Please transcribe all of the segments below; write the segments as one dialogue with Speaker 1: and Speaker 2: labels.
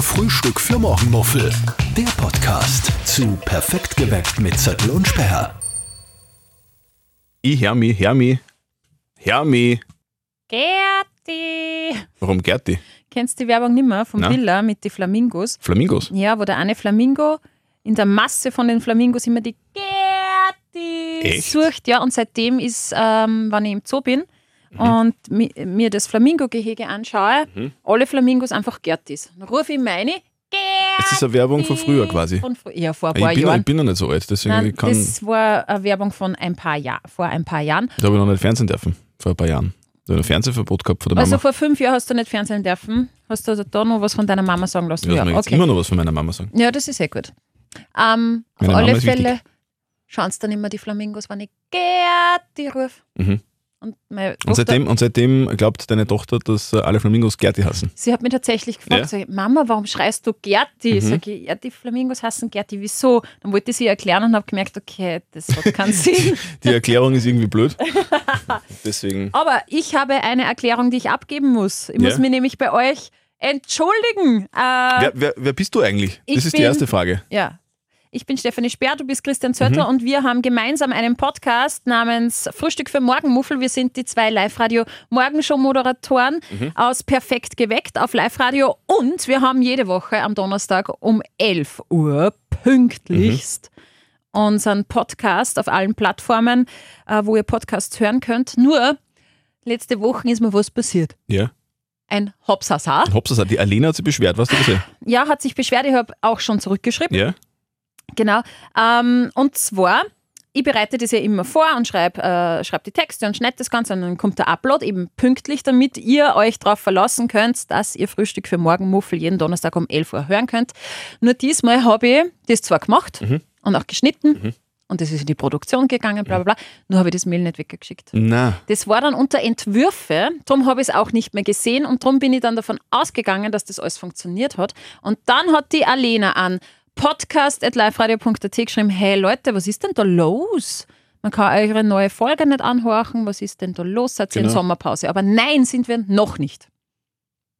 Speaker 1: Frühstück für Morgenmuffel. Der Podcast zu Perfekt geweckt mit Zettel und Sperr.
Speaker 2: Ich hör mich, hör mich, hör mich.
Speaker 3: Gerti!
Speaker 2: Warum Gerti?
Speaker 3: Kennst du die Werbung nicht mehr von
Speaker 2: Nein.
Speaker 3: Billa mit den Flamingos?
Speaker 2: Flamingos.
Speaker 3: Ja, wo der eine Flamingo in der Masse von den Flamingos immer die Gerti
Speaker 2: Echt?
Speaker 3: sucht. Ja, und seitdem ist, ähm, wenn ich im Zoo bin
Speaker 2: Mhm.
Speaker 3: und mi mir das Flamingo-Gehege anschaue, alle Flamingos einfach Gertis. Dann rufe ich meine Gerti.
Speaker 2: Es ist eine Werbung von früher quasi. Ah,
Speaker 3: Von frü- ja, vor ein
Speaker 2: Ich
Speaker 3: paar
Speaker 2: bin, noch- ich
Speaker 3: Jahren.
Speaker 2: bin noch nicht so alt, deswegen
Speaker 3: Nein,
Speaker 2: ich kann,
Speaker 3: das war eine Werbung von ein paar Jahr, vor ein paar Jahren.
Speaker 2: da habe ich noch nicht Fernsehen dürfen, vor ein paar Jahren. Da habe ich ein Fernsehverbot gehabt von der
Speaker 3: Also
Speaker 2: Mama.
Speaker 3: vor fünf Jahren hast du nicht fernsehen dürfen. Hast du also da noch was von deiner Mama sagen lassen?
Speaker 2: Ich lasse mir jetzt immer noch was von meiner Mama sagen.
Speaker 3: Ja, das ist sehr gut. Ähm, auf
Speaker 2: Meine Mama
Speaker 3: alle
Speaker 2: ist
Speaker 3: Fälle schauen sie dann immer die Flamingos, wenn ich Gerti rufe.
Speaker 2: Mhm.
Speaker 3: Und, meine Tochter,
Speaker 2: Und seitdem, und seitdem glaubt deine Tochter, dass äh, alle Flamingos Gerti hassen.
Speaker 3: Sie hat mich tatsächlich gefragt,
Speaker 2: Ja.
Speaker 3: sag ich, Mama, warum schreist du Gerti?
Speaker 2: Mhm.
Speaker 3: Sag ich, ja, die Flamingos hassen Gerti, wieso? Dann wollte ich sie erklären und habe gemerkt, okay, das hat keinen Sinn.
Speaker 2: Die Erklärung ist irgendwie blöd. Deswegen.
Speaker 3: Aber ich habe eine Erklärung, die ich abgeben muss. Ich
Speaker 2: Ja.
Speaker 3: muss mich nämlich bei euch entschuldigen. Äh,
Speaker 2: Wer, wer, wer bist du eigentlich?
Speaker 3: Ich
Speaker 2: Das ist die
Speaker 3: bin-
Speaker 2: erste Frage.
Speaker 3: Ja. Ich bin Stefanie Sperr, du bist Christian Zöttler und wir haben gemeinsam einen Podcast namens Frühstück für Morgenmuffel. Wir sind die zwei Live-Radio-Morgenshow-Moderatoren aus Perfekt geweckt auf Live-Radio und wir haben jede Woche am Donnerstag um 11 Uhr pünktlichst unseren Podcast auf allen Plattformen, äh, wo ihr Podcasts hören könnt. Nur letzte Woche ist mir was passiert.
Speaker 2: Ja.
Speaker 3: Ein Hopsasa.
Speaker 2: Hauptsache, die Alena hat sich beschwert, weißt du gesehen?
Speaker 3: Ja, hat sich beschwert, ich habe auch schon zurückgeschrieben.
Speaker 2: Ja?
Speaker 3: Genau. Ähm, und zwar, ich bereite das ja immer vor und schreibe äh, schreib die Texte und schneide das Ganze und dann kommt der Upload eben pünktlich, damit ihr euch darauf verlassen könnt, dass ihr Frühstück für Morgenmuffel jeden Donnerstag um 11 Uhr hören könnt. Nur diesmal habe ich das zwar gemacht und auch geschnitten und das ist in die Produktion gegangen, bla bla bla, nur habe ich das Mail nicht weggeschickt.
Speaker 2: Na.
Speaker 3: Das war dann unter Entwürfe, darum habe ich es auch nicht mehr gesehen und darum bin ich dann davon ausgegangen, dass das alles funktioniert hat. Und dann hat die Alena an podcast.liferadio.at geschrieben, hey Leute, was ist denn da los? Man kann eure neue Folge nicht anhorchen, was ist denn da los? Seid ihr in
Speaker 2: Genau.
Speaker 3: Sommerpause? Aber nein, sind wir noch nicht.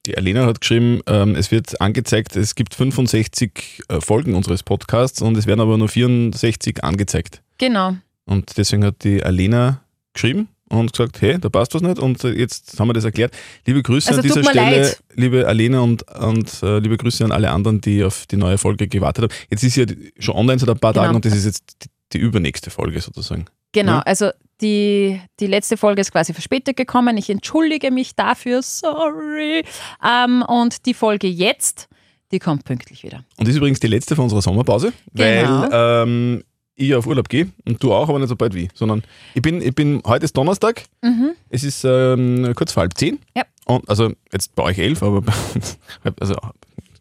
Speaker 2: Die Alena hat geschrieben, ähm, es wird angezeigt, es gibt 65 äh, Folgen unseres Podcasts und es werden aber nur 64 angezeigt.
Speaker 3: Genau.
Speaker 2: Und deswegen hat die Alena geschrieben und gesagt, hey, da passt was nicht und äh, jetzt haben wir das erklärt. Liebe Grüße
Speaker 3: Also
Speaker 2: an
Speaker 3: tut
Speaker 2: dieser
Speaker 3: mir
Speaker 2: Stelle,
Speaker 3: leid.
Speaker 2: liebe Alena und, und äh, liebe Grüße an alle anderen, die auf die neue Folge gewartet haben. Jetzt ist ja die- schon online seit ein paar
Speaker 3: Genau.
Speaker 2: Tagen und das ist jetzt die, die übernächste Folge sozusagen.
Speaker 3: Genau,
Speaker 2: Ja.
Speaker 3: also die, die letzte Folge ist quasi verspätet gekommen. Ich entschuldige mich dafür, sorry. Ähm, und die Folge jetzt, die kommt pünktlich wieder.
Speaker 2: Und das ist übrigens die letzte von unserer Sommerpause,
Speaker 3: Genau.
Speaker 2: weil ähm, ich ja auf Urlaub gehe und du auch, aber nicht so bald wie. Sondern ich bin, ich bin heute ist Donnerstag,
Speaker 3: Mhm.
Speaker 2: es ist ähm, kurz vor halb zehn.
Speaker 3: Ja.
Speaker 2: Und, also jetzt bei euch elf, aber bei uns halb- also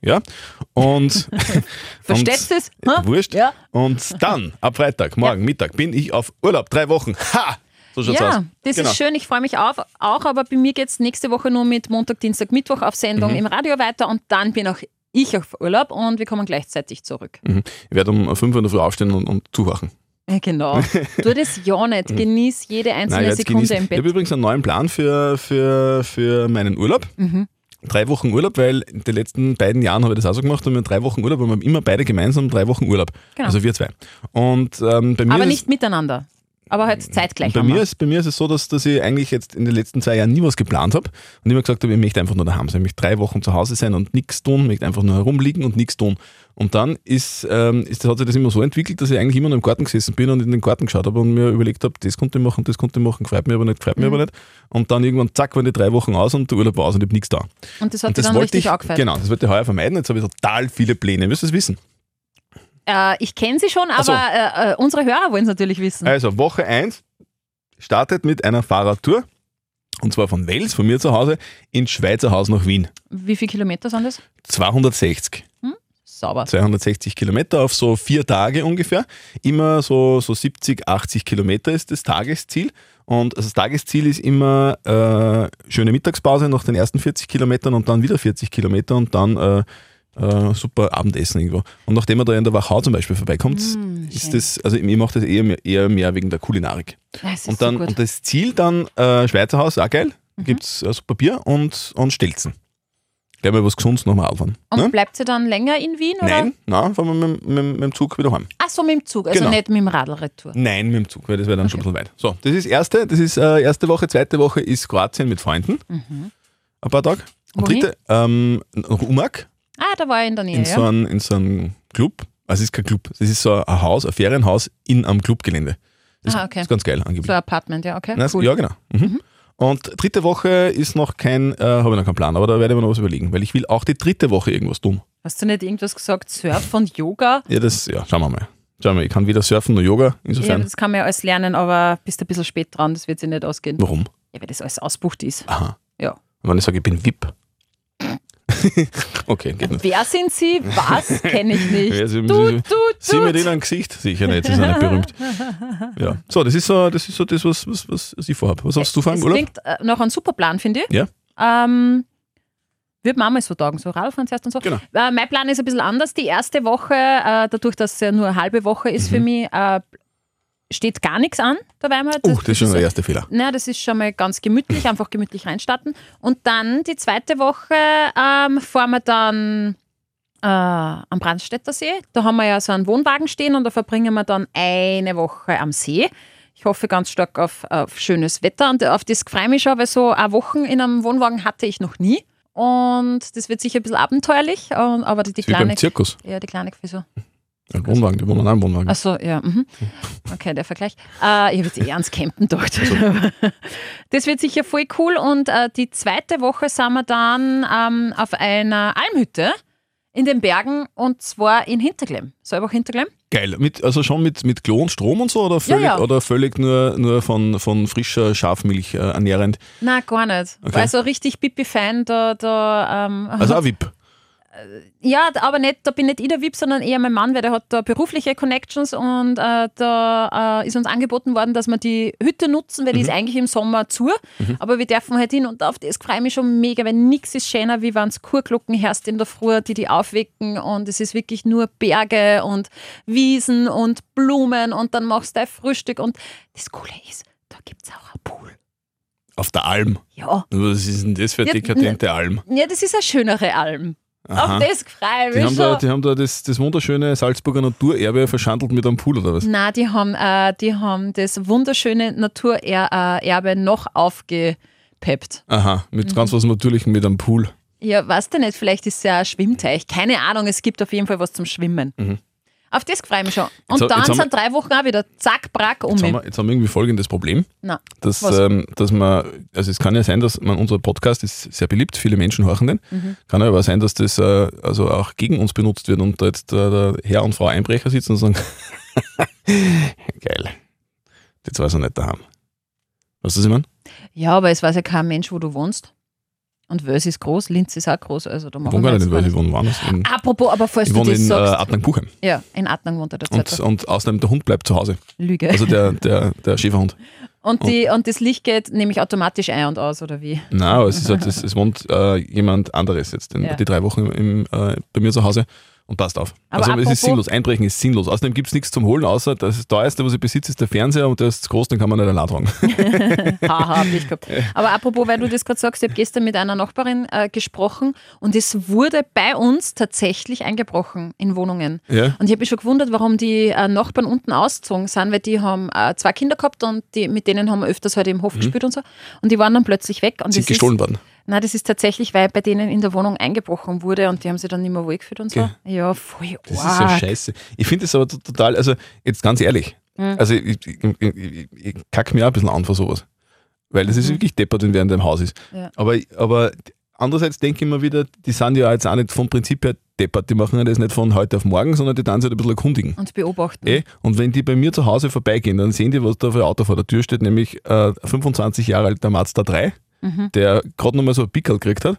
Speaker 2: ja. Und
Speaker 3: Verstehst Hm? du es?
Speaker 2: und, wurscht.
Speaker 3: Ja.
Speaker 2: Und dann ab Freitag, morgen, Mittag bin ich auf Urlaub, drei Wochen. Ha! So schaut's aus.
Speaker 3: Ja, das
Speaker 2: Genau.
Speaker 3: ist schön. Ich freue mich auf, auch, aber bei mir geht es nächste Woche nur mit Montag, Dienstag, Mittwoch auf
Speaker 2: Mhm.
Speaker 3: Sendung im Radio weiter und dann bin auch ich auf Urlaub und wir kommen gleichzeitig zurück.
Speaker 2: Mhm. Ich werde um 5 Uhr in der Früh aufstehen und, und zuwachen.
Speaker 3: Ja, genau. tu das ja nicht. Genieß jede
Speaker 2: Mhm. Nein, ich
Speaker 3: einzelne
Speaker 2: werd's
Speaker 3: Sekunde
Speaker 2: genießen.
Speaker 3: im
Speaker 2: Ich
Speaker 3: Bett.
Speaker 2: habe übrigens einen neuen Plan für, für, für meinen Urlaub.
Speaker 3: Mhm.
Speaker 2: drei Wochen Urlaub, weil in den letzten beiden Jahren habe ich das auch so gemacht und wir haben drei Wochen Urlaub und wir haben immer beide gemeinsam drei Wochen Urlaub.
Speaker 3: Genau.
Speaker 2: Also wir zwei. Und ähm, bei mir
Speaker 3: Aber
Speaker 2: ist, Mhm.
Speaker 3: nicht miteinander. Aber halt zeitgleich.
Speaker 2: bei
Speaker 3: haben
Speaker 2: mir
Speaker 3: wir.
Speaker 2: ist, bei mir ist es so, dass, dass ich eigentlich jetzt in den letzten zwei Jahren nie was geplant habe und immer gesagt habe, ich möchte einfach nur daheim sein, ich möchte drei Wochen zu Hause sein und nichts tun, möchte einfach nur herumliegen und nichts tun. Und dann ist, ähm, ist, hat sich das immer so entwickelt, dass ich eigentlich immer nur im Garten gesessen bin und in den Garten geschaut habe und mir überlegt habe, das konnte ich machen, das konnte ich machen, gefreut mich aber nicht, gefreut mich
Speaker 3: Mhm.
Speaker 2: aber nicht. Und dann irgendwann, zack, waren die drei Wochen aus und der Urlaub war aus und ich habe nichts da.
Speaker 3: und das hat
Speaker 2: Und
Speaker 3: dich
Speaker 2: das
Speaker 3: dann
Speaker 2: wollte
Speaker 3: richtig
Speaker 2: ich,
Speaker 3: angefallen.
Speaker 2: genau, das wollte ich heuer vermeiden. Jetzt habe ich total viele Pläne. Müsst ihr es wissen?
Speaker 3: Äh, ich kenne sie schon, aber
Speaker 2: genau. so.
Speaker 3: äh, äh, unsere Hörer wollen es natürlich wissen.
Speaker 2: Also, Woche 1 startet mit einer Fahrradtour. Und zwar von Wels, von mir zu Hause, ins Schweizerhaus nach Wien.
Speaker 3: Wie viele Kilometer sind das?
Speaker 2: 260.
Speaker 3: Sauber.
Speaker 2: 260 Kilometer auf so vier Tage ungefähr. Immer so, so 70, 80 Kilometer ist das Tagesziel. Und also das Tagesziel ist immer äh, schöne Mittagspause nach den ersten 40 Kilometern und dann wieder 40 Kilometer und dann äh, äh, super Abendessen irgendwo. Und nachdem man da in der Wachau zum Beispiel vorbeikommt, ist
Speaker 3: schön.
Speaker 2: das, also ich mache das eher, mehr- eher mehr wegen der Kulinarik.
Speaker 3: Ja, es ist
Speaker 2: Und, dann,
Speaker 3: so gut. Mhm.
Speaker 2: und das Ziel dann äh, Schweizerhaus, auch geil, gibt's äh, super Bier und, und Stelzen. Gleich mal was Gesundes nochmal anfahren.
Speaker 3: Und
Speaker 2: Ne?
Speaker 3: bleibt sie dann länger in Wien? Oder?
Speaker 2: Nein, nein, fahren wir mit, dem- mit, dem- mit dem Zug wieder heim.
Speaker 3: Ach so, mit dem Zug, also
Speaker 2: Genau.
Speaker 3: nicht mit dem Radlretour.
Speaker 2: Nein, mit dem Zug, weil das wäre dann schon ein bisschen weit. So, das ist erste, das ist äh, erste Woche, zweite Woche ist Kroatien mit Freunden. Ein paar Tage. Und
Speaker 3: Mhm. Wohin?
Speaker 2: dritte, ähm, nach Umag,
Speaker 3: Ah, da war ich in der Nähe.
Speaker 2: in, so
Speaker 3: ja.
Speaker 2: einem, in so einem Club. Also es ist kein Club, es ist so ein Haus, ein Ferienhaus in einem Clubgelände. Das
Speaker 3: Ah, okay.
Speaker 2: ist ganz geil angeblich.
Speaker 3: So ein Apartment, ja, okay.
Speaker 2: Nein, es- Ja, genau. Mhm. Und dritte Woche ist noch kein, äh, habe ich noch keinen Plan, aber da werde ich mir noch was überlegen, weil ich will auch die dritte Woche irgendwas tun.
Speaker 3: Hast du nicht irgendwas gesagt? Surf und Yoga?
Speaker 2: Ja, das, ja, schauen wir mal. Schauen wir mal, ich kann weder surfen noch Yoga,
Speaker 3: Ja,
Speaker 2: insofern.
Speaker 3: das kann man ja alles lernen, aber bist ein bisschen spät dran, das wird sich nicht ausgehen.
Speaker 2: Warum?
Speaker 3: Ja, weil das alles ausbucht ist.
Speaker 2: Aha.
Speaker 3: Ja.
Speaker 2: Und wenn ich sage, ich bin VIP. okay, geht nicht.
Speaker 3: Wer sind Sie? Was? Kenne ich
Speaker 2: Ja,
Speaker 3: nicht.
Speaker 2: sie-
Speaker 3: Du,
Speaker 2: sie-
Speaker 3: du,
Speaker 2: Sehen wir den
Speaker 3: du.
Speaker 2: am Gesicht? Sicher nicht, sie sind nicht berühmt. Ja. So, das ist so, das ist so das, was, was, was ich vorhabe. Was hast du vor
Speaker 3: Das
Speaker 2: allem, Urlaub?
Speaker 3: klingt äh, nach einem super Plan, finde ich.
Speaker 2: Ja.
Speaker 3: Ähm, wird man auch mal so tagen, so Radfahren zuerst und so.
Speaker 2: Genau.
Speaker 3: Äh, mein Plan ist ein bisschen anders. Die erste Woche, äh, dadurch, dass es ja nur eine halbe Woche ist
Speaker 2: Mhm.
Speaker 3: für mich, äh, steht gar nichts an. Da werden wir
Speaker 2: Uh, das ist schon der erste Fehler.
Speaker 3: Na, das ist schon mal ganz gemütlich, einfach gemütlich reinstarten. Und dann die zweite Woche ähm, fahren wir dann äh, am Brandstätter See. Da haben wir ja so einen Wohnwagen stehen und da verbringen wir dann eine Woche am See. Ich hoffe ganz stark auf, auf schönes Wetter und auf das freue ich mich schon, weil so eine Woche in einem Wohnwagen hatte ich noch nie. Und das wird sicher ein bisschen abenteuerlich, und- aber die, die
Speaker 2: Das ist wie beim
Speaker 3: kleine.
Speaker 2: Zirkus.
Speaker 3: Ja, die kleine wieso?
Speaker 2: Ein Wohnwagen, die wohnen auch im Wohnwagen.
Speaker 3: Achso, ja. Mhm. Okay, der Vergleich. Äh, ich habe jetzt eh ans Campen gedacht.
Speaker 2: Also.
Speaker 3: Das wird sicher voll cool. Und äh, die zweite Woche sind wir dann ähm, auf einer Almhütte in den Bergen und zwar in Hinterglemm. Selber Hinterglemm?
Speaker 2: Geil. Mit, also schon mit, mit Klo und Strom und so oder völlig,
Speaker 3: ja.
Speaker 2: Oder völlig nur, nur von, von frischer Schafmilch äh, ernährend?
Speaker 3: Nein, gar nicht.
Speaker 2: Okay.
Speaker 3: Also richtig Pipi-Fan, da, da ähm,
Speaker 2: Also auch VIP.
Speaker 3: Ja, aber nicht, da bin nicht ich der VIP, sondern eher mein Mann, weil der hat da berufliche Connections und äh, da äh, ist uns angeboten worden, dass wir die Hütte nutzen, weil die
Speaker 2: Mhm.
Speaker 3: ist eigentlich im Sommer zu. Aber wir dürfen halt hin und auf das freue ich mich schon mega, weil nichts ist schöner, wie wenn es Kurglocken herrscht in der Früh, die die aufwecken und es ist wirklich nur Berge und Wiesen und Blumen und dann machst du ein Frühstück und das Coole ist, da gibt es auch einen Pool.
Speaker 2: Auf der Alm. Also
Speaker 3: Ja.
Speaker 2: Was ist denn das für eine
Speaker 3: Ja,
Speaker 2: dekadente Alm?
Speaker 3: Ja, das ist eine schönere Alm. Auf das freue ich
Speaker 2: Die
Speaker 3: mich
Speaker 2: haben,
Speaker 3: schon.
Speaker 2: da, die haben da das, das wunderschöne Salzburger Naturerbe verschandelt mit einem Pool oder was?
Speaker 3: Na, die haben, äh, die haben das wunderschöne Naturerbe äh, Erbe noch aufgepeppt.
Speaker 2: Aha,
Speaker 3: Mhm.
Speaker 2: mit ganz was Natürlichem, mit einem Pool.
Speaker 3: Ja, weißt du nicht, vielleicht ist es ja ein Schwimmteich. Keine Ahnung, es gibt auf jeden Fall was zum Schwimmen. Auf das freue ich mich schon. Und
Speaker 2: ha- Mhm. jetzt
Speaker 3: dann
Speaker 2: haben
Speaker 3: sind drei Wochen auch wieder zack, brack um
Speaker 2: Jetzt haben,
Speaker 3: mich.
Speaker 2: wir, jetzt haben wir irgendwie folgendes Problem,
Speaker 3: Na,
Speaker 2: dass,
Speaker 3: Was?
Speaker 2: ähm, dass man, also es kann ja sein, dass man, unser Podcast ist sehr beliebt, viele Menschen horchen den.
Speaker 3: Mhm.
Speaker 2: Kann ja aber sein, dass das äh, also auch gegen uns benutzt wird und da jetzt äh, der Herr und Frau Einbrecher sitzen und sagen, geil, jetzt war er nicht daheim. Weißt du, was ich meine?
Speaker 3: ja, aber es weiß ja kein Mensch, wo du wohnst. Und Wels ist groß, Linz ist auch groß, also da
Speaker 2: Ich
Speaker 3: machen
Speaker 2: wohne
Speaker 3: wir
Speaker 2: gar
Speaker 3: jetzt
Speaker 2: nicht, weil
Speaker 3: gar
Speaker 2: ich wohne woanders. In,
Speaker 3: nichts. Apropos, aber falls
Speaker 2: ich
Speaker 3: du
Speaker 2: wohne
Speaker 3: das
Speaker 2: in äh,
Speaker 3: sagst,
Speaker 2: Adnang-Buchheim
Speaker 3: ja, in Atnang wohnt er der
Speaker 2: und,
Speaker 3: Zweite.
Speaker 2: und außerdem der Hund bleibt zu Hause,
Speaker 3: Lüge.
Speaker 2: also der, der, der Schäferhund.
Speaker 3: und, die, und das Licht geht nämlich automatisch ein und aus, oder wie?
Speaker 2: Nein, aber es, ist halt, es, es wohnt äh, jemand anderes jetzt in,
Speaker 3: Ja.
Speaker 2: die drei Wochen im, äh, bei mir zu Hause und passt auf.
Speaker 3: Aber
Speaker 2: also es
Speaker 3: apropos-
Speaker 2: ist sinnlos, Einbrechen ist sinnlos. Außerdem gibt es nichts zum Holen, außer das teuerste, was ich besitze, ist der Fernseher und der ist zu groß, den kann man nicht allein tragen.
Speaker 3: Haha, hab ich gehabt. Aber apropos, weil du das gerade sagst, ich habe gestern mit einer Nachbarin äh, gesprochen und es wurde bei uns tatsächlich eingebrochen in Wohnungen.
Speaker 2: Ja.
Speaker 3: Und ich habe mich schon gewundert, warum die äh, Nachbarn unten ausgezogen sind, weil die haben äh, zwei Kinder gehabt und die, mit denen haben wir öfters halt im Hof gespielt und so. Und die waren dann plötzlich weg. Und
Speaker 2: Mhm. Sind
Speaker 3: das
Speaker 2: gestohlen
Speaker 3: ist,
Speaker 2: worden.
Speaker 3: Nein, das ist tatsächlich, weil bei denen in der Wohnung eingebrochen wurde und die haben sich dann nicht mehr wohlgefühlt und so.
Speaker 2: Okay.
Speaker 3: Ja, voll
Speaker 2: Das ist ja
Speaker 3: arg.
Speaker 2: scheiße. Ich finde es aber to- total, also jetzt ganz ehrlich,
Speaker 3: Hm.
Speaker 2: also ich, ich, ich, ich kack mir auch ein bisschen an vor sowas. Weil das ist wirklich deppert, wenn wer in deinem Haus ist.
Speaker 3: Hm. Ja.
Speaker 2: Aber, aber andererseits denke ich mir wieder, die sind ja jetzt auch nicht vom Prinzip her deppert. Die machen ja das nicht von heute auf morgen, sondern die dann halt ein bisschen erkundigen.
Speaker 3: Und beobachten.
Speaker 2: Eh, und wenn die bei mir zu Hause vorbeigehen, dann sehen die, was da für ein Auto vor der Tür steht, nämlich äh, 25 Jahre alter Mazda 3, der gerade nochmal so ein Pickel gekriegt hat.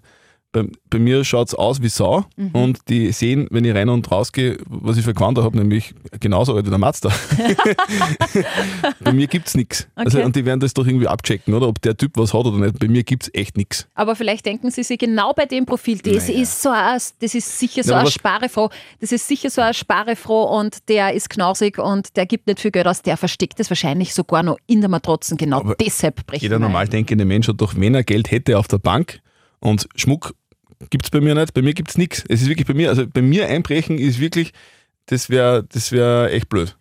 Speaker 2: Bei, bei mir schaut es aus wie Sau und die sehen, wenn ich rein und raus gehe, was ich für Quanta habe, nämlich genauso alt wie der Mazda. bei mir gibt es nichts. Also,
Speaker 3: Okay.
Speaker 2: und die werden das doch irgendwie abchecken, oder? Ob der Typ was hat oder nicht. Bei mir gibt es echt nichts.
Speaker 3: Aber vielleicht denken Sie sich genau bei dem Profil, das
Speaker 2: Naja.
Speaker 3: ist so ein, das ist sicher so
Speaker 2: Na, aber
Speaker 3: ein
Speaker 2: was-
Speaker 3: Sparefroh, das ist sicher so ein Sparefroh und der ist knausig und der gibt nicht viel Geld aus, der versteckt es wahrscheinlich sogar noch in der Matrotzen. Genau
Speaker 2: Aber
Speaker 3: deshalb brechen
Speaker 2: Jeder
Speaker 3: wir ein.
Speaker 2: normal denkende Mensch hat doch, wenn er Geld hätte auf der Bank und Schmuck Gibt es bei mir nicht. Bei mir gibt es nichts. Es ist wirklich bei mir, also bei mir einbrechen ist wirklich, das wäre das wär echt blöd.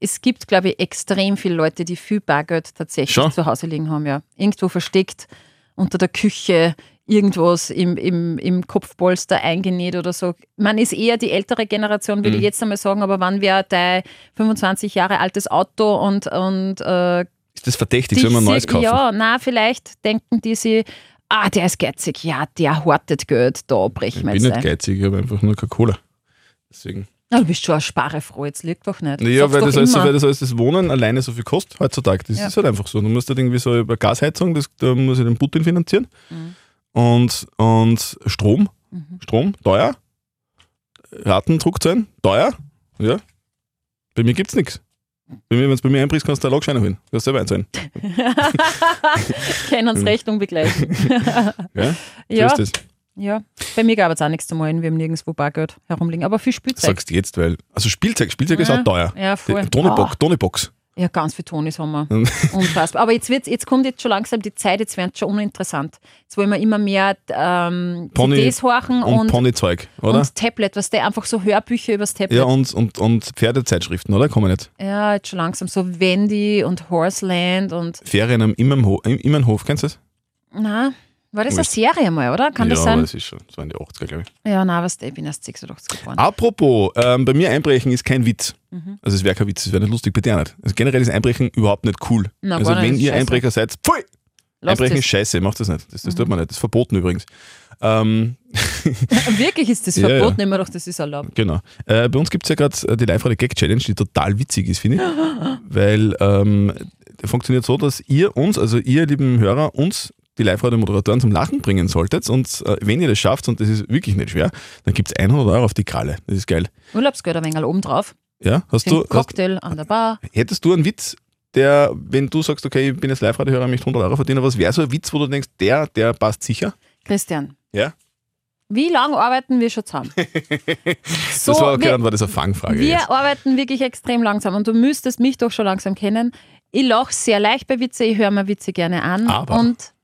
Speaker 3: Es gibt, glaube ich, extrem viele Leute, die viel Bargeld tatsächlich
Speaker 2: Schon.
Speaker 3: zu Hause liegen haben, ja. Irgendwo versteckt, unter der Küche, irgendwas im, im, im Kopfpolster eingenäht oder so. Man ist eher die ältere Generation, würde
Speaker 2: Mhm.
Speaker 3: ich jetzt einmal sagen, aber wann wäre dein 25 Jahre altes Auto und, und äh,
Speaker 2: Ist das verdächtig?
Speaker 3: die
Speaker 2: Soll man ein neues
Speaker 3: sie-
Speaker 2: kaufen?
Speaker 3: Ja, na, vielleicht denken die sie, ah, der ist geizig, ja, der hortet Geld, da brechen
Speaker 2: ich bin
Speaker 3: wir jetzt
Speaker 2: nicht
Speaker 3: ein.
Speaker 2: geizig, ich habe einfach nur keine Cola. Deswegen.
Speaker 3: Na, Ah, du bist schon eine Sparefrau, jetzt liegt doch nicht.
Speaker 2: Ja,
Speaker 3: Sag's
Speaker 2: weil
Speaker 3: doch
Speaker 2: das, alles,
Speaker 3: immer.
Speaker 2: weil das alles das Wohnen alleine so viel kostet heutzutage. Das
Speaker 3: Ja.
Speaker 2: ist halt einfach so. Du musst halt irgendwie so über Gasheizung, das, da muss ich den Putin finanzieren.
Speaker 3: Mhm.
Speaker 2: Und, und Strom,
Speaker 3: Mhm.
Speaker 2: Strom, teuer. Ratendruck sein, teuer. Ja. Bei mir gibt's nichts. Wenn es bei mir einbrichst, kannst du einen Logschein holen. Du kannst selber einzahlen.
Speaker 3: Kennen
Speaker 2: Mhm.
Speaker 3: uns Rechnung begleichen.
Speaker 2: Ja,
Speaker 3: ja,
Speaker 2: So ist das.
Speaker 3: ja. Bei mir gab es auch nichts zu malen, wir haben nirgendwo Bargeld herumliegen, aber viel
Speaker 2: Das
Speaker 3: Spielzeug.
Speaker 2: sagst du jetzt, weil. Also Spielzeug, Spielzeug ist
Speaker 3: Ja.
Speaker 2: auch teuer.
Speaker 3: Ja, voll. Ah,
Speaker 2: Tonebox, Tonebox.
Speaker 3: Ja, ganz viel Tonis haben wir.
Speaker 2: Mhm.
Speaker 3: Unfassbar. Aber jetzt, wird's, jetzt kommt jetzt schon langsam die Zeit, jetzt wird schon uninteressant. Jetzt wollen wir immer mehr ähm,
Speaker 2: Pony
Speaker 3: CDs horchen
Speaker 2: Und,
Speaker 3: und, und,
Speaker 2: Ponyzeug, oder?
Speaker 3: Tablet, was der einfach so Hörbücher übers Tablet.
Speaker 2: ja, und, und, und Pferdezeitschriften, oder? Kommen nicht.
Speaker 3: Ja, jetzt schon langsam so Wendy und Horseland und.
Speaker 2: Ferien am Immenhof, Immenhof kennst du das?
Speaker 3: Na, war das eine
Speaker 2: Wurscht.
Speaker 3: Serie mal, oder? Kann
Speaker 2: ja,
Speaker 3: das
Speaker 2: aber
Speaker 3: sein?
Speaker 2: das ist schon, das waren die 80er, glaube ich.
Speaker 3: Ja, na, was der, ich bin erst 86
Speaker 2: Ah,
Speaker 3: geboren.
Speaker 2: Apropos, ähm, bei mir Einbrechen ist kein Witz.
Speaker 3: Mhm.
Speaker 2: Also es wäre kein Witz, es wäre nicht lustig, bei dir nicht. Also generell ist Einbrechen überhaupt nicht cool.
Speaker 3: Na,
Speaker 2: also
Speaker 3: gar nicht,
Speaker 2: wenn
Speaker 3: ist
Speaker 2: ihr
Speaker 3: scheiße.
Speaker 2: Einbrecher seid, pfui!
Speaker 3: Lasst
Speaker 2: Einbrechen ist
Speaker 3: es. Mhm.
Speaker 2: scheiße, macht das nicht. Das, das tut man nicht, das ist verboten übrigens. Ähm,
Speaker 3: Wirklich ist das
Speaker 2: Ja, ja.
Speaker 3: verboten, immer doch, das ist erlaubt.
Speaker 2: genau. Äh, bei uns gibt es ja gerade die live gag challenge die total witzig ist, finde ich. weil ähm, die funktioniert so, dass ihr uns, also ihr lieben Hörer, uns die live moderatoren zum Lachen bringen solltet. Und äh, wenn ihr das schafft, und das ist wirklich nicht schwer, dann gibt es 100 Euro auf die Kralle. Das ist geil.
Speaker 3: Urlaubsgeld ein wenig oben drauf.
Speaker 2: Ja, hast du,
Speaker 3: Den
Speaker 2: hast,
Speaker 3: Cocktail an der Bar.
Speaker 2: hättest du einen Witz, der, wenn du sagst, okay, ich bin jetzt Live-Radio-Hörer, möchte 100 Euro verdienen, was wäre so ein Witz, wo du denkst, der, der passt sicher?
Speaker 3: Christian.
Speaker 2: Ja.
Speaker 3: Wie lange arbeiten wir schon zusammen? so,
Speaker 2: das war okay,
Speaker 3: wir,
Speaker 2: dann war das eine Fangfrage.
Speaker 3: wir
Speaker 2: jetzt.
Speaker 3: arbeiten wirklich extrem langsam und du müsstest mich doch schon langsam kennen. Ich lache sehr leicht bei Witze, ich höre mir Witze gerne an
Speaker 2: Aber-
Speaker 3: und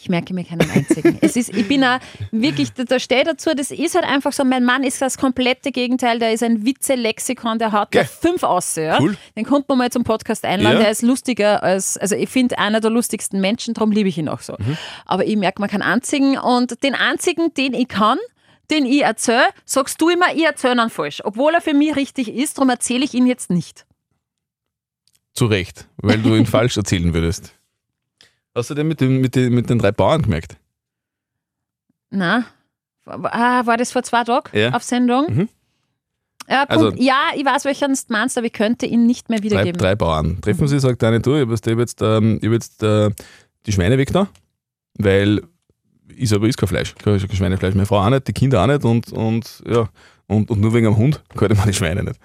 Speaker 3: ich merke mir keinen einzigen. es ist, ich bin auch wirklich, da- da stehe ich dazu, das ist halt einfach so, mein Mann ist das komplette Gegenteil, der ist ein Witze-Lexikon, der haut da
Speaker 2: Gell.
Speaker 3: fünf aus. Ja?
Speaker 2: Cool.
Speaker 3: Den konnte man mal zum Podcast einladen,
Speaker 2: Ja.
Speaker 3: der ist lustiger als, also ich finde einer der lustigsten Menschen, darum liebe ich ihn auch so.
Speaker 2: Mhm.
Speaker 3: Aber ich merke mir keinen einzigen und den einzigen, den ich kann, den ich erzähle, sagst du immer, ich erzähle ihn falsch. Obwohl er für mich richtig ist, darum erzähle ich ihn jetzt nicht.
Speaker 2: Zu Recht, weil du ihn falsch erzählen würdest. Hast du den mit, dem, mit, den, mit den drei Bauern gemerkt?
Speaker 3: Na, ah, war das vor zwei Tagen
Speaker 2: Ja.
Speaker 3: auf Sendung?
Speaker 2: Mhm.
Speaker 3: Ja, kommt,
Speaker 2: Also-
Speaker 3: ja, ich weiß, welchen du meinst, aber ich könnte ihn nicht mehr
Speaker 2: Drei,
Speaker 3: wiedergeben.
Speaker 2: drei Bauern. Treffen sie, sagt eine, du, ich habe jetzt, ähm, ich hab jetzt äh, die Schweine weg da, weil ich selber ist kein Fleisch, kein kein Schweinefleisch, meine Frau auch nicht, die Kinder auch nicht und, und, ja, und, und nur wegen am Hund kann ich meine Schweine nicht.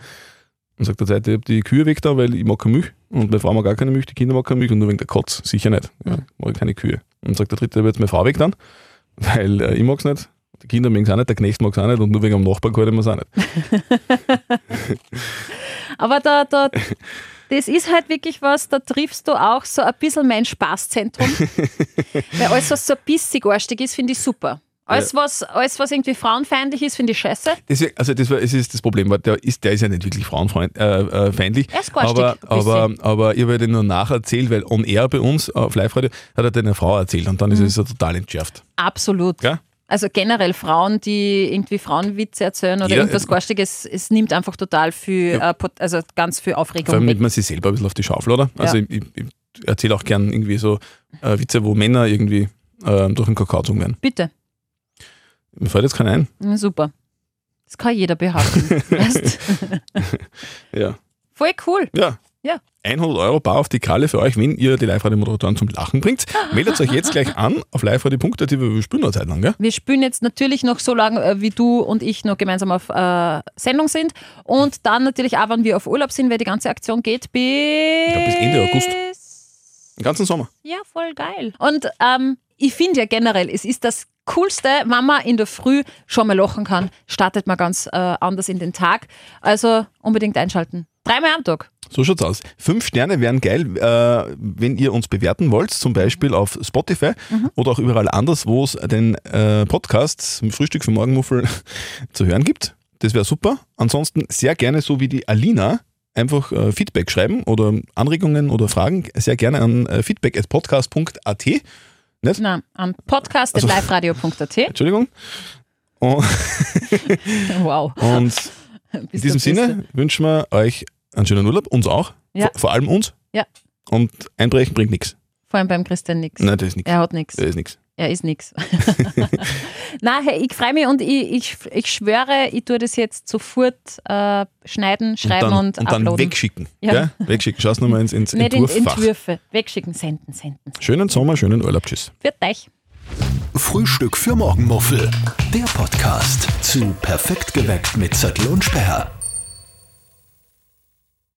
Speaker 2: Und sagt der Zweite, ich habe die Kühe weg da, weil ich mag keine Milch und meine Frau mag gar keine Milch, die Kinder mag keine Milch und nur wegen der Kotz, sicher nicht. Ja, mag ich keine Kühe. Und sagt der Dritte, ich habe jetzt meine Frau weg dann, weil äh, ich mag es nicht, die Kinder mögen es auch nicht, der Knecht mag es auch nicht und nur wegen am Nachbarn kann ich es auch nicht.
Speaker 3: Aber da, da, das ist halt wirklich was, da triffst du auch so ein bisschen mein Spaßzentrum. Weil alles, was so bissig arstig ist, finde ich super. Alles, was, alles, was irgendwie frauenfeindlich ist, finde ich scheiße.
Speaker 2: Deswegen, also das, war, es ist das Problem, weil der ist, der ist ja nicht wirklich frauenfeindlich. Äh, äh, feindlich.
Speaker 3: Er ist garstig,
Speaker 2: aber,
Speaker 3: ein
Speaker 2: aber, aber ich habe den nur nacherzählt, weil on air bei uns äh, auf Live-Radio hat er deiner Frau erzählt und dann
Speaker 3: Mhm.
Speaker 2: ist es ja total entschärft.
Speaker 3: Absolut.
Speaker 2: Gell?
Speaker 3: Also generell Frauen, die irgendwie Frauenwitze erzählen oder
Speaker 2: Ja,
Speaker 3: irgendwas
Speaker 2: äh,
Speaker 3: Garstiges, es nimmt einfach total viel, äh, Pot- also ganz viel
Speaker 2: Vor allem
Speaker 3: Aufregung weg.
Speaker 2: nimmt man sich selber ein bisschen auf die Schaufel, oder? Also ich, ich, ich erzähle auch gern irgendwie so äh, Witze, wo Männer irgendwie äh, durch den Kakao gezogen werden.
Speaker 3: Bitte.
Speaker 2: Mir fällt jetzt keiner ein.
Speaker 3: Ja, Super. Das kann jeder behaupten. weißt?
Speaker 2: Ja.
Speaker 3: Voll cool.
Speaker 2: Ja.
Speaker 3: Ja.
Speaker 2: 100 Euro bar auf die Kralle für euch, wenn ihr die Live-Radio-Moderatoren zum Lachen bringt. Meldet euch jetzt gleich an auf live-radio.at, wir spielen noch eine Zeit lang, gell?
Speaker 3: Wir spielen jetzt natürlich noch so lange, äh, wie du und ich noch gemeinsam auf äh, Sendung sind. Und dann natürlich auch, wenn wir auf Urlaub sind, weil die ganze Aktion geht bis,
Speaker 2: glaub, bis Ende Den ganzen Sommer.
Speaker 3: Ja, voll geil. Und ähm, ich finde ja generell, es ist das Coolste, wenn man in der Früh schon mal lachen kann, startet man ganz äh, anders in den Tag. Also unbedingt einschalten. Dreimal am Tag.
Speaker 2: So schaut's aus. Fünf Sterne wären geil, äh, wenn ihr uns bewerten wollt, zum Beispiel auf Spotify
Speaker 3: Mhm.
Speaker 2: oder auch überall anders, wo es den äh, Podcast Frühstück für Morgenmuffel zu hören gibt. Das wäre super. Ansonsten sehr gerne, so wie die Alina, einfach äh, Feedback schreiben oder Anregungen oder Fragen sehr gerne an äh, feedback.podcast.at.
Speaker 3: Nein, an
Speaker 2: Also
Speaker 3: podcast.liferadio.at.
Speaker 2: Entschuldigung. Und,
Speaker 3: Wow.
Speaker 2: und in
Speaker 3: Bist
Speaker 2: diesem
Speaker 3: der Beste.
Speaker 2: Sinne wünschen wir euch einen schönen Urlaub, uns auch,
Speaker 3: Ja.
Speaker 2: vor, vor allem uns.
Speaker 3: Ja.
Speaker 2: Und einbrechen bringt nichts.
Speaker 3: Vor allem beim Christian nix.
Speaker 2: Nein, das ist nichts.
Speaker 3: Er hat nichts.
Speaker 2: Das ist nichts.
Speaker 3: Er ist nix. Nein, hey, ich freue mich und ich, ich, ich schwöre, ich tue das jetzt sofort äh, schneiden, schreiben
Speaker 2: und
Speaker 3: und,
Speaker 2: dann, und dann
Speaker 3: uploaden.
Speaker 2: wegschicken.
Speaker 3: Ja.
Speaker 2: Ja. Wegschicken. Schau's nochmal ins, ins
Speaker 3: Nicht in
Speaker 2: Entwurffach.
Speaker 3: Entwürfe. Wegschicken, senden, senden.
Speaker 2: Schönen Sommer, schönen Urlaub. Tschüss.
Speaker 3: Für euch.
Speaker 1: Frühstück für Morgenmuffel. Der Podcast zu Perfekt geweckt mit Zettel und Sperr.